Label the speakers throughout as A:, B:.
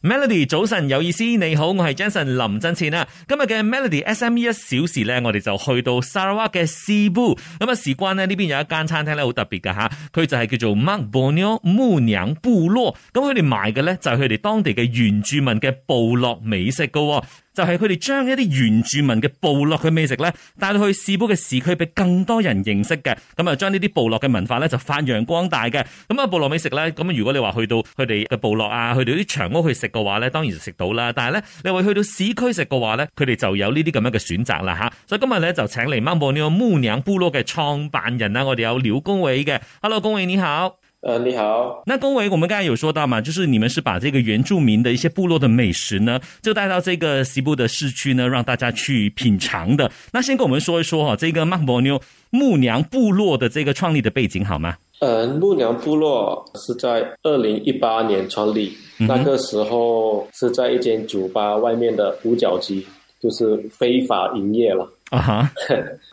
A: Melody 早晨有意思，你好，我係 Jason 林振前啊。今日嘅 Melody SME 一小時咧，我哋就去到砂拉越嘅 Cebu。咁啊，事關呢，呢邊有一間餐廳咧，好特別噶吓，佢就係叫做 Mak Borneo 牧娘部落。咁佢哋賣嘅咧就係佢哋當地嘅原住民嘅部落美食噶喎。就係佢哋將一啲原住民嘅部落嘅美食咧，帶到去士堡嘅市區，俾更多人認識嘅。咁啊，將呢啲部落嘅文化咧就發揚光大嘅。咁啊，部落美食咧，咁如果你話去到佢哋嘅部落啊，去到啲長屋去食嘅話咧，當然就食到啦。但係咧，你話去到市區食嘅話咧，佢哋就有呢啲咁樣嘅選擇啦吓，所以今日咧就請嚟 Mak Borneo 牧娘部落嘅創辦人啊啦，我哋有廖恭偉嘅。Hello，恭偉你好。
B: 呃，你好，
A: 那恭維，我們剛才有說到嘛，就是你們是把這個原住民的一些部落的美食呢，就帶到這個西部的市區呢，讓大家去品嘗的。那先跟我們說一說哈，這個 Mak Borneo 牧娘部落的這個創立的背景好嗎？
B: 呃，牧娘部落是在二零一八年创立，那个时候是在一间酒吧外面的五角鸡，就是非法营业了。
A: 啊哈，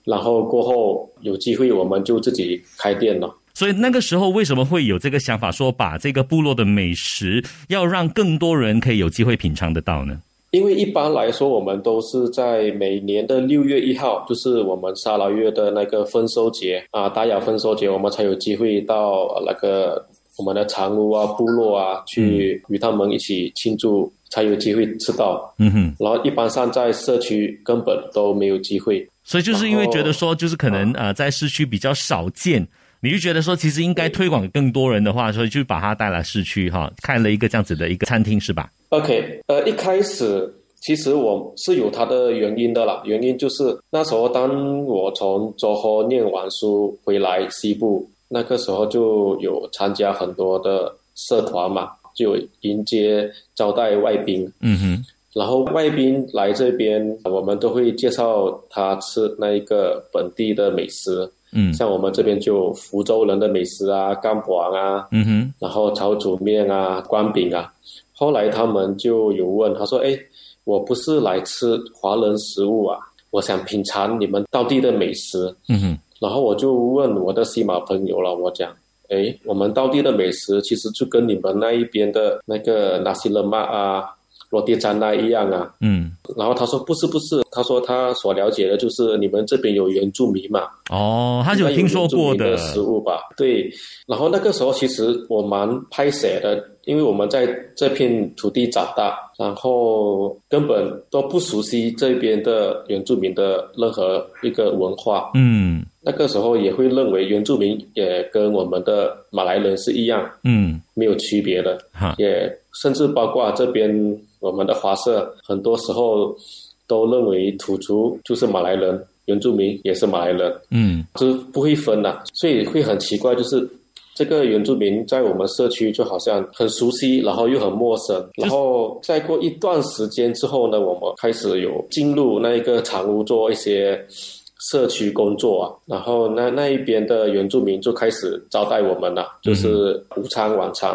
B: 然后过后有机会我们就自己开店了。
A: 所以那個時候為什麼會有這個想法，說把這個部落的美食要讓更多人可以有機會品嘗得到呢？
B: 因为一般来说，我们都是在每年的六月一号，就是我们沙拉越的那个丰收节啊，打雅丰收节，我们才有机会到呃那个我们的长屋啊、部落啊，去与他们一起庆祝，才有机会吃到。
A: 嗯哼，
B: 然后一般上在社区根本都没有机会。
A: 所以就是因為
B: 然後
A: 覺得說，就是可能呃在市區比較少見，你就覺得說其實應該推廣給更多人的話，所以就把它帶來市區哈，開了一個這樣子的一个餐廳是吧？
B: OK，呃，一开始其实我是有它的原因的啦，原因就是那时候当我从佐科念完书回来西部，那个时候就有参加很多的社团嘛，就有迎接招待外宾，
A: 嗯哼。
B: 然后外宾来这边，我们都会介绍他吃那一个本地的美食，
A: 嗯
B: 像我们这边就有福州人的美食啊，干黄啊，
A: 嗯哼，
B: 然后炒煮面啊、关饼啊。后来他们就有问，他说：“哎，我不是来吃华人食物啊，我想品尝你们当地的美食。
A: 嗯哼，”
B: 然后我就问我的西马朋友了，我讲：“哎，我们当地的美食其实就跟你们那一边的那个纳西勒玛啊、罗蒂詹那一样啊。
A: 嗯，”
B: 然后他说：“不是，不是。”他说他所了解的就是你们这边有原住民嘛，
A: 哦，他是有
B: 应该
A: 听说
B: 原住
A: 过
B: 民
A: 的
B: 的，食物吧？对，然后那个时候其实我蛮拍写的，因为我们在这片土地长大，然后根本都不熟悉这边的原住民的任何一个文化。
A: 嗯
B: 那个时候也会认为原住民也跟我们的马来人是一样，
A: 嗯，
B: 没有区别的。
A: 哈，
B: 也甚至包括这边我们的华社，很多时候都认为土族就是马来人，原住民也是马来人。
A: 嗯
B: 就是不会分的、所以会很奇怪，就是这个原住民在我们社区就好像很熟悉，然后又很陌生，然后再过一段时间之后呢，我们开始有进入那一个厂屋做一些。社区工作啊，然后那那一边的原住民就开始招待我们了，就是午餐、晚餐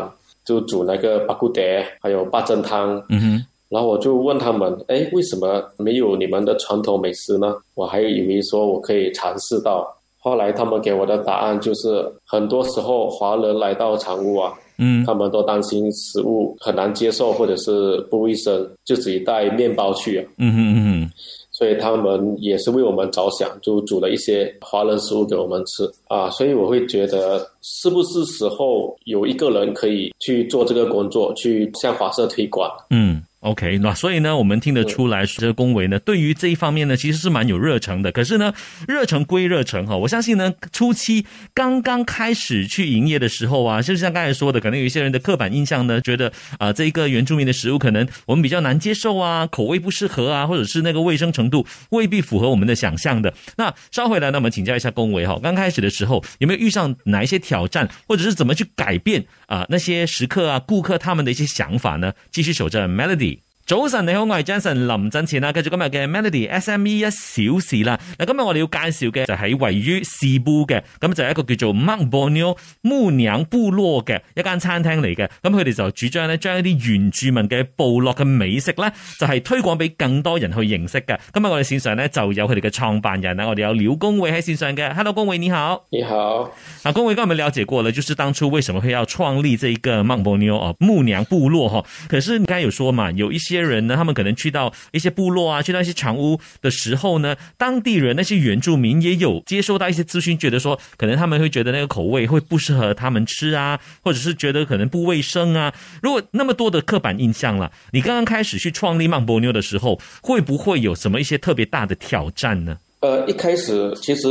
B: 就煮那个巴固德，还有八珍汤，
A: 嗯哼，
B: 然后我就问他们，哎，为什么没有你们的传统美食呢？我还以为说我可以尝试到。后来他们给我的答案就是，很多时候华人来到长屋啊，
A: 嗯
B: 他们都担心食物很难接受或者是不卫生，就自己带面包去啊。
A: 嗯哼嗯哼，
B: 所以他们也是为我们着想，就煮了一些华人食物给我们吃啊。所以我会觉得，是不是时候有一个人可以去做这个工作，去向华社推广？
A: 嗯。OK，那所以呢，我们听得出来，这个恭维呢，对于这一方面呢，其实是蛮有热忱的。可是呢，热忱归热忱哈，我相信呢，初期刚刚开始去营业的时候啊，就像刚才说的，可能有一些人的刻板印象呢，觉得啊、这一个原住民的食物可能我们比较难接受啊，口味不适合啊，或者是那个卫生程度未必符合我们的想象的。那稍回来呢，我们请教一下龚维哈，刚开始的时候有没有遇上哪一些挑战，或者是怎么去改变啊、那些食客啊、顾客他们的一些想法呢？继续守着 Melody。早晨你好，我係 Jason 林振前啦，啊繼續今日嘅 Melody SME 一小時啦。嗱，今日我哋要介紹嘅就喺位於士布嘅，咁就係一個叫做 Mount Borneo 牧娘部落嘅一間餐廳嚟嘅。咁佢哋就主張咧，將一啲原住民嘅部落嘅美食咧，就係推廣俾更多人去認識嘅。今日我哋線上咧就有佢哋嘅創辦人啦，啊我哋有廖公偉喺線上嘅。Hello，公偉你好。
B: 你好，
A: 啊，公偉剛才我們了解過了，就是當初為什麼會要創立這一個曼波妞哦牧娘部落哈、可是你剛才有說嘛，有一些人呢，他們可能去到一些部落啊，去到一些船屋的时候呢，当地人那些原住民也有接收到一些资讯，觉得说可能他们会觉得那个口味会不适合他们吃啊，或者是觉得可能不卫生啊。如果那么多的刻板印象了，你刚刚开始去创立曼波妞的时候，会不会有什么一些特别大的挑战呢？
B: 呃，一开始其实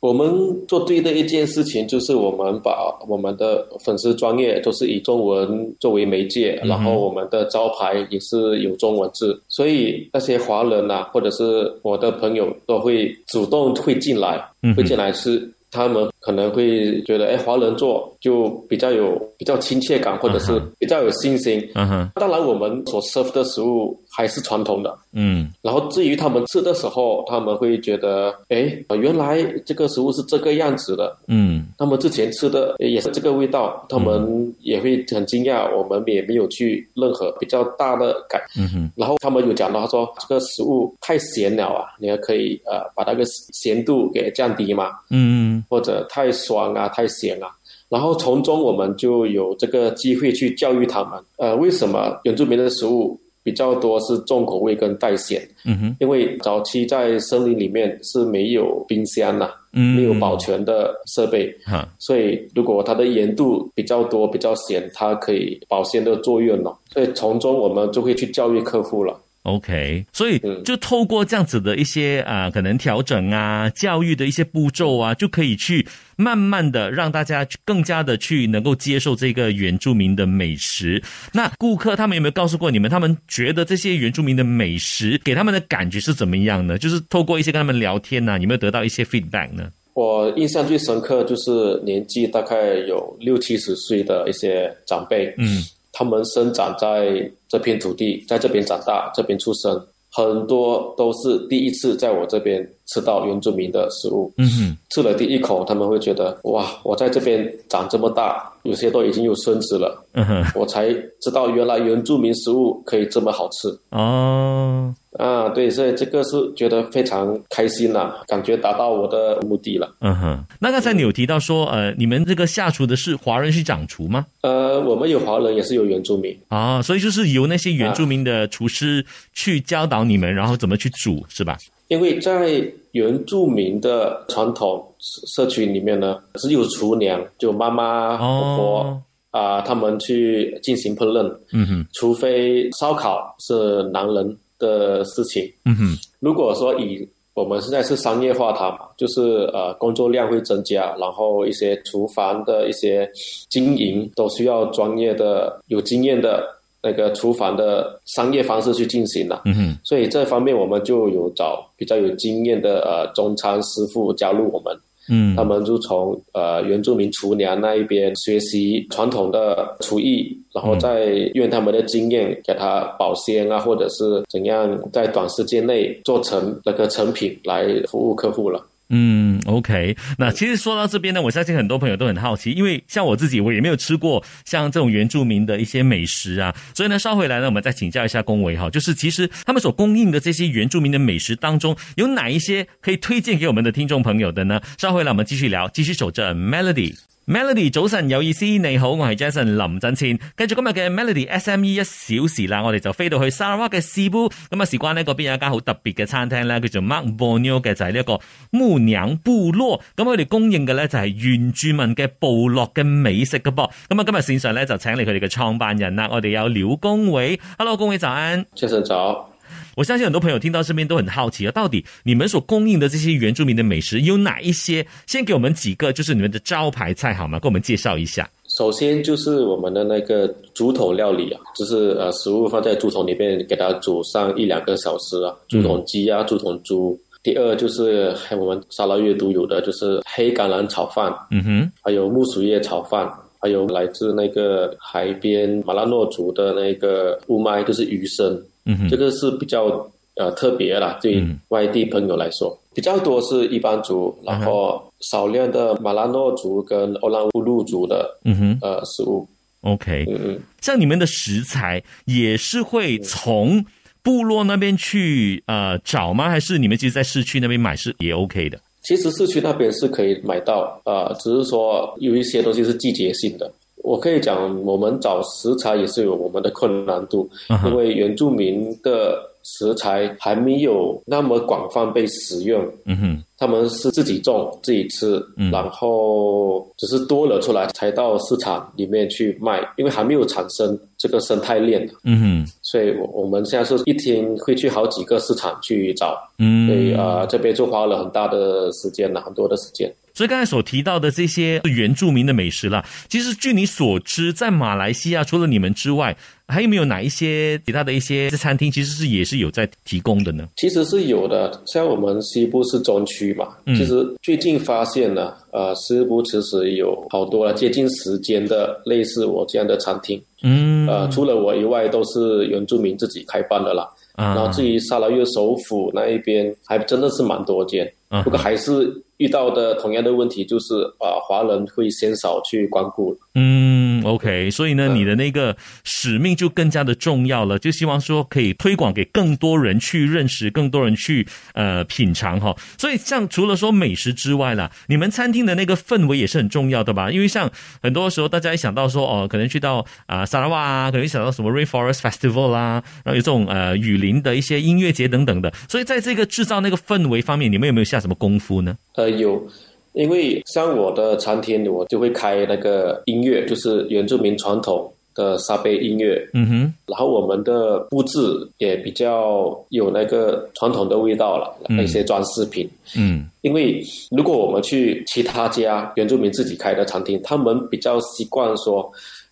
B: 我们做对的一件事情，就是我们把我们的粉丝专业都是以中文作为媒介，
A: 嗯
B: 然后我们的招牌也是有中文字，所以那些华人呐、或者是我的朋友都会主动会进来，
A: 嗯哼
B: 会进来吃。他们可能会觉得，哎，华人做就比较有比较亲切感，或者
A: 嗯
B: 是比较有信心。
A: 嗯哼，
B: 当然，我们所 serve 的食物还是传统的，
A: 嗯
B: 然后至于他们吃的时候，他们会觉得，哎，呃原来这个食物是这个样子的。
A: 嗯
B: 他们之前吃的也是这个味道，他们也会很惊讶，我们也没有去任何比较大的改。
A: 嗯哼，
B: 然后他们有讲到，他说这个食物太咸了啊，你还可以呃把那个咸度给降低嘛，
A: 嗯
B: 或者太酸啊、太咸啊。然后从中我们就有这个机会去教育他们，呃，为什么原住民的食物比较多是重口味跟带咸？
A: 嗯哼，
B: 因为早期在森林里面是没有冰箱的、
A: 嗯，
B: 没有保全的设备，
A: 哈。
B: 所以如果它的盐度比较多、比较咸，它可以保鲜的作用了。所以从中我们就会去教育客户了。
A: OK，所以
B: 嗯
A: 就透过这样子的一些啊、可能调整啊、教育的一些步骤啊，就可以去慢慢的让大家去更加的去能够接受这个原住民的美食。那顾客他们有没有告诉过你们，他们觉得这些原住民的美食给他们的感觉是怎么样呢？就是透过一些跟他们聊天呐、有没有得到一些 feedback 呢？
B: 我印象最深刻就是年纪大概有六七十岁的一些长辈，
A: 嗯
B: 他们生长在这片土地，在这边长大，这边出生，很多都是第一次在我这边吃到原住民的食物。
A: 嗯哼
B: 吃了第一口，他们会觉得哇，我在这边长这么大，有些都已经有孙子了，
A: 嗯哼
B: 我才知道原来原住民食物可以这么好吃
A: 哦，
B: 啊！对，所以这个是觉得非常开心啦、感觉达到我的目的了。
A: 嗯哼。那刚才你有提到说，呃，你们这个下厨的是华人是掌厨吗？
B: 呃，我们有华人，也是有原住民，
A: 啊，所以就是由那些原住民的厨师去教导你们，然后怎么去煮，是吧？
B: 因为在原住民的传统社区里面呢，只有厨娘，就妈妈、婆婆
A: 哦，
B: 啊、他们去进行烹饪，
A: 嗯哼，
B: 除非烧烤是男人的事情。
A: 嗯哼，
B: 如果说以我们现在是商业化它嘛，就是呃工作量会增加，然后一些厨房的一些经营都需要专业的、有经验的那个厨房的商业方式去进行了。
A: 嗯哼，
B: 所以这方面我们就有找比较有经验的呃中餐师傅加入我们，
A: 嗯
B: 他们就从呃原住民厨娘那一边学习传统的厨艺，然后再用他们的经验给它保鲜啊，或者是怎样在短时间内做成那个成品来服务客户了。
A: 嗯，OK。那其实说到这边呢，我相信很多朋友都很好奇，因为像我自己，我也没有吃过像这种原住民的一些美食啊，所以呢，稍回来呢，我们再请教一下龚维哈，就是其实他们所供应的这些原住民的美食当中，有哪一些可以推荐给我们的听众朋友的呢？稍回来我们继续聊，继续守着 Melody。Melody 早晨有意思，你好，我係 Jason 林振前。繼續今日嘅 Melody SME 一小時啦，我哋就飛到去沙拉瓦嘅 s 布，咁啊事關呢嗰邊有一間好特別嘅餐廳咧，叫做 Mark Bonio 嘅，就係呢一個牧娘部落。咁佢哋供應嘅咧就係原住民嘅部落嘅美食嘅噃。咁啊今日線上咧就請嚟佢哋嘅創辦人啦，我哋有廖公偉。Hello，公偉早安。
B: 先生早，
A: 我相信很多朋友听到这边都很好奇啊，到底你们所供应的这些原住民的美食有哪一些？先给我们几个，就是你们的招牌菜好吗？给我们介绍一下。
B: 首先就是我们的那个竹筒料理啊，就是呃食物放在竹筒里面给它煮上一两个小时啊，竹筒鸡啊，竹筒猪。第二就是还有我们沙拉越独有的就是黑橄榄炒饭，
A: 嗯哼，
B: 还有木薯叶炒饭，还有来自那个海边马拉诺族的那个乌麦，就是鱼生。
A: 嗯哼嗯
B: 这个是比较呃特别啦，对于外地朋友来说，比较多是一般族，然
A: 嗯
B: 后少量的马拉诺族跟欧兰乌路族的
A: 嗯哼
B: 呃食物。
A: ，OK，
B: 嗯嗯，
A: 像你们的食材也是会从部落那边去呃找吗？还是你们其实在市区那边买是也 OK 的？
B: 其实市区那边是可以买到，呃，只是说有一些东西是季节性的。我可以讲，我们找食材也是有我们的困难度，
A: 嗯哼
B: 因为原住民的食材还没有那么广泛被使用。
A: 嗯哼，
B: 他们是自己种自己吃，
A: 嗯
B: 然后只是多了出来才到市场里面去卖，因为还没有产生这个生态链，
A: 嗯哼，
B: 所以我我们现在是一天会去好几个市场去找，所以
A: 嗯，
B: 啊、呃这边就花了很大的时间了，很多的时间。
A: 所以刚才所提到的这些原住民的美食啦，其实据你所知，在马来西亚除了你们之外，还有没有哪一些其他的一些餐厅其实是也是有在提供的呢？
B: 其实是有的，像我们西部是中区嘛，
A: 嗯
B: 其实最近发现呢，呃，西部其实有好多了接近十间的类似我这样的餐厅，
A: 嗯，
B: 呃，除了我以外都是原住民自己开办的啦。
A: 啊
B: 然后至于沙拉越首府那一边，还真的是蛮多间。
A: 嗯
B: 不过还是遇到的同样的问题，就是啊、呃华人会鲜少去光顾。
A: 嗯，OK，所以呢，
B: 嗯
A: 你的那个使命就更加的重要了，就希望说可以推广给更多人去认识，更多人去呃品尝哈。所以像除了说美食之外啦，你们餐厅的那个氛围也是很重要的吧？因为像很多时候大家一想到说哦，可能去到啊、沙拉哇啊，可能一想到什么 Rainforest Festival 啦、然后有这种呃雨林的一些音乐节等等的，所以在这个制造那个氛围方面，你们有没有下什么功夫呢？
B: 呃，有，因为像我的餐厅，我就会开那个音乐，就是原住民传统的沙贝音乐。
A: 嗯哼，
B: 然后我们的布置也比较有那个传统的味道了，那些装饰品。
A: 嗯
B: 因为如果我们去其他家原住民自己开的餐厅，他们比较习惯说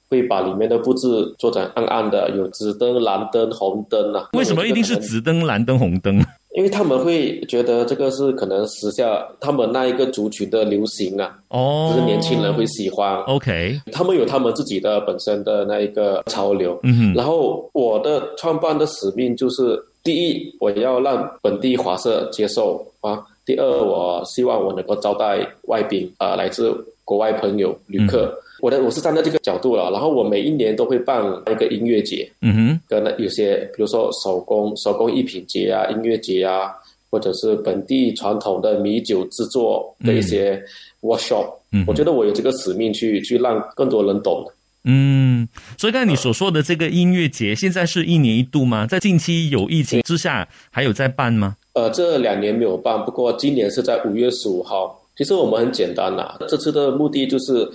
B: 会把里面的布置做成暗暗的，有紫灯、蓝灯、红灯啊。
A: 为什么一定是
B: 那我觉得可能？
A: 紫灯、蓝灯、红灯？
B: 因为他们会觉得这个是可能时下他们那一个族群的流行啊，
A: 哦，
B: 就是年轻人会喜欢。
A: OK，
B: 他们有他们自己的本身的那一个潮流。
A: 嗯哼，
B: 然后我的创办的使命就是：第一，我要让本地华社接受啊；第二，我希望我能够招待外宾啊、呃来自国外朋友、旅客。
A: 嗯
B: 我的我是站在这个角度了，然后我每一年都会办一个音乐节，
A: 嗯哼，
B: 跟那有些比如说手工手工艺品节啊、音乐节啊，或者是本地传统的米酒制作的一些 workshop，、
A: 嗯哼
B: 我觉得我有这个使命去去让更多人懂。
A: 嗯，所以刚才你所说的这个音乐节，现在是一年一度吗？在近期有疫情之下，还有在办吗？
B: 呃，这两年没有办，不过今年是在五月十五号。其实我们很简单啦，这次的目的就是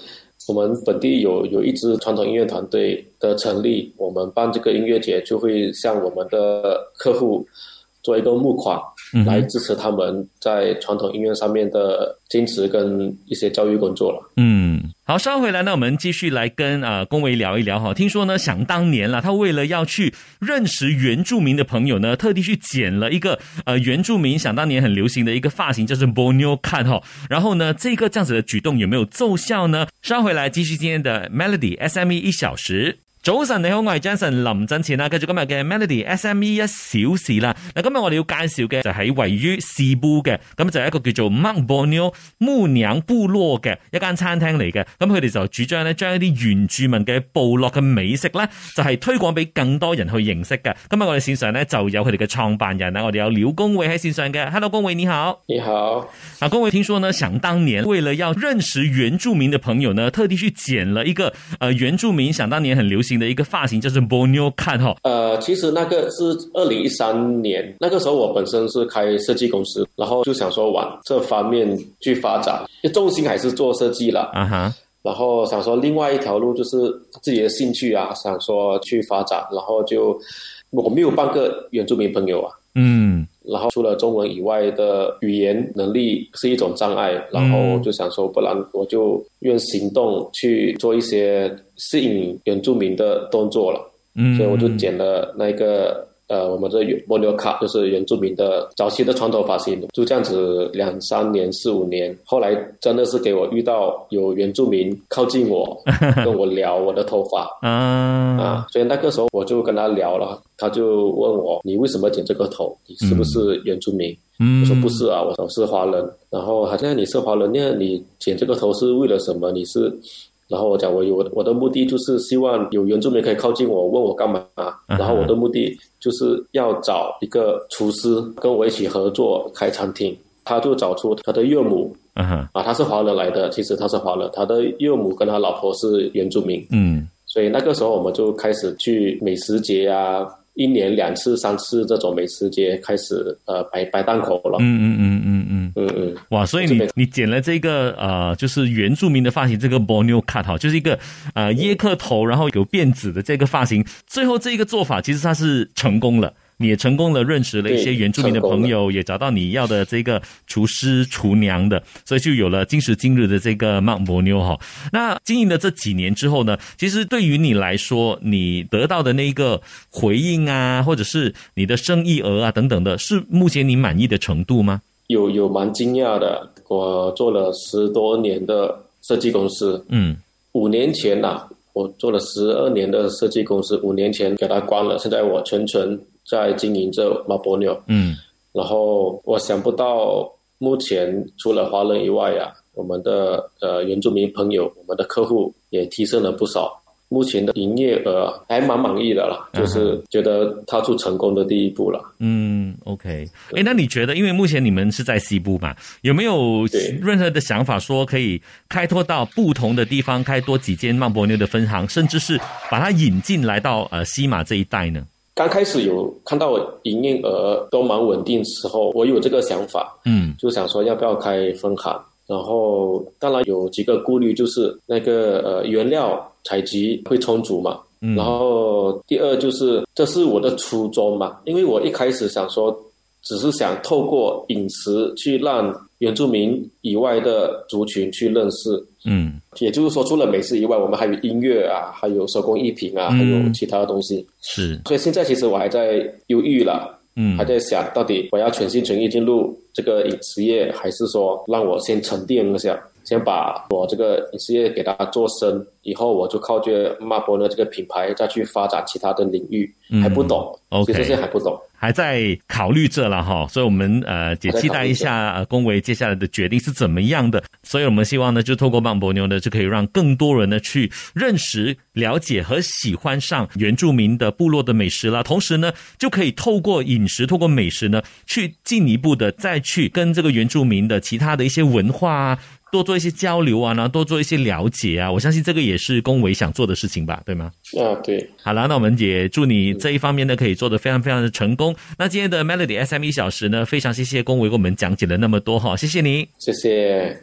B: 我们本地有有一支传统音乐团队的成立，我们办这个音乐节就会向我们的客户做一个募款，
A: 嗯哼
B: 来支持他们在传统音乐上面的坚持跟一些教育工作了。
A: 嗯，好，稍后回来呢，我们继续来跟呃龚维聊一聊哈。听说呢，想当年啦，他为了要去认识原住民的朋友呢，特地去剪了一个呃原住民想当年很流行的一个发型，叫做 Bonio Cut 哈。然后呢，这个这样子的举动有没有奏效呢？稍后回来继续今天的 Melody SME 一小时。早晨，你好，我系 Jason 林振前啦。啊繼續今日嘅 Melody SME 一小時啦。嗱，今日我哋要介紹嘅就喺位於士布嘅，咁就係一個叫做 Mount Borneo 牧娘部落嘅一間餐廳嚟嘅。咁佢哋就主張咧，將一啲原住民嘅部落嘅美食咧，就係推廣俾更多人去認識嘅。今日我哋線上咧就有佢哋嘅創辦人啦，啊我哋有廖公偉喺線上嘅。Hello，公偉你好。
B: 你好，
A: 啊，各位听说呢，想当年为了要认识原住民的朋友呢，特地去剪了一个呃原住民想当年很流行的一个发型，就是 Bonio Cut 哈、
B: 呃，其实那个是二零一三年，那个时候我本身是开设计公司，然后就想说往这方面去发展，就重心还是做设计了。
A: 啊哈，
B: 然后想说另外一条路就是自己的兴趣啊，想说去发展，然后就我没有半个原住民朋友啊。
A: 嗯
B: 然后除了中文以外的语言能力是一种障碍，然后就想说，不然我就用行动去做一些吸引原住民的动作了。
A: 嗯，
B: 所以我就剪了那个呃，我们的 m o n o c a 就是原住民的早期的传统发型，就这样子两三年、四五年。后来真的是给我遇到有原住民靠近我，跟我聊我的头发
A: 嗯啊，
B: 啊，所以那个时候我就跟他聊了，他就问我你为什么剪这个头？你是不是原住民？
A: 嗯，
B: 我说不是啊，我我是华人。然后好像你是华人，那你剪这个头是为了什么？你是？然后我讲我有我的目的就是希望有原住民可以靠近我，问我干嘛。然后我的目的就是要找一个厨师跟我一起合作开餐厅。他就找出他的岳母
A: 啊哈，
B: 啊，他是华人来的，其实他是华人，他的岳母跟他老婆是原住民，
A: 嗯
B: 所以那个时候我们就开始去美食节啊，一年两次、三次这种美食节开始呃摆摆档口了。
A: 嗯嗯嗯嗯嗯，
B: 嗯嗯。
A: 哇，所以
B: 这
A: 你
B: 边
A: 你剪了这个呃，就是原住民的发型，这个 Borneo cut 哈，就是一个呃
B: 嗯
A: 椰克头，然后有辫子的这个发型，最后这一个做法其实它是成功了。你也成功了，认识了一些
B: 对
A: 原住民的
B: 成功
A: 朋友，也找到你要的这个厨师厨娘的，所以就有了今时今日的这个 Mount b o n e o 哈。那经营了这几年之后呢，其实对于你来说，你得到的那个回应啊，或者是你的生意额啊等等的，是目前你满意的程度吗？
B: 有有蛮惊讶的，我做了十多年的设计公司，
A: 嗯
B: 五年前呐、我做了十二年的设计公司，五年前给它关了，现在我全权在经营着马博纽。
A: 嗯。
B: 然后我想不到，目前除了华人以外啊，我们的呃原住民朋友，我们的客户也提升了不少。目前的营业额还蛮满意的啦，就是觉得踏出成功的第一步了。
A: 嗯，OK，哎，那你觉得，因为目前你们是在西部嘛，有没有
B: 对
A: 任何的想法说可以开拓到不同的地方，开多几间曼博牛的分行，甚至是把它引进来到呃西马这一带呢？
B: 刚开始有看到我营业额都蛮稳定时候，我有这个想法，
A: 嗯
B: 就想说要不要开分行。然后当然有几个顾虑，就是那个呃原料采集会充足嘛，
A: 嗯，
B: 然后第二就是这是我的初衷嘛，因为我一开始想说，只是想透过饮食去让原住民以外的族群去认识
A: 嗯
B: 也就是说，除了美食以外，我们还有音乐啊，还有手工艺品啊，还有
A: 嗯
B: 其他的东西。
A: 是
B: 所以现在其实我还在犹豫了，
A: 嗯
B: 还在想到底我要全心全意进入这个饮食业，还是说让我先沉淀一下，先把我这个饮食业给它做深，以后我就靠着马博的这个品牌再去发展其他的领域，
A: 嗯
B: 还不懂，
A: OK
B: 其实现在还不懂。
A: 还在考虑这了哈，所以我们呃也
B: 还在
A: 期待一下呃龚维接下来的决定是怎么样的。所以我们希望呢，就透过呃棒博牛呢，就可以让更多人呢去认识、了解和喜欢上原住民的部落的美食啦。同时呢，就可以透过饮食、透过美食呢，去进一步的再去跟这个原住民的其他的一些文化啊，多做一些交流啊，然后多做一些了解啊。我相信这个也是龚维想做的事情吧，对吗？
B: 啊，对，
A: 好啦，那我们也祝你这一方面呢可以做得非常非常的成功。那今天的 Melody S M 一小时呢，非常谢谢龚维给我们讲解了那么多哈，谢谢你。
B: 谢谢。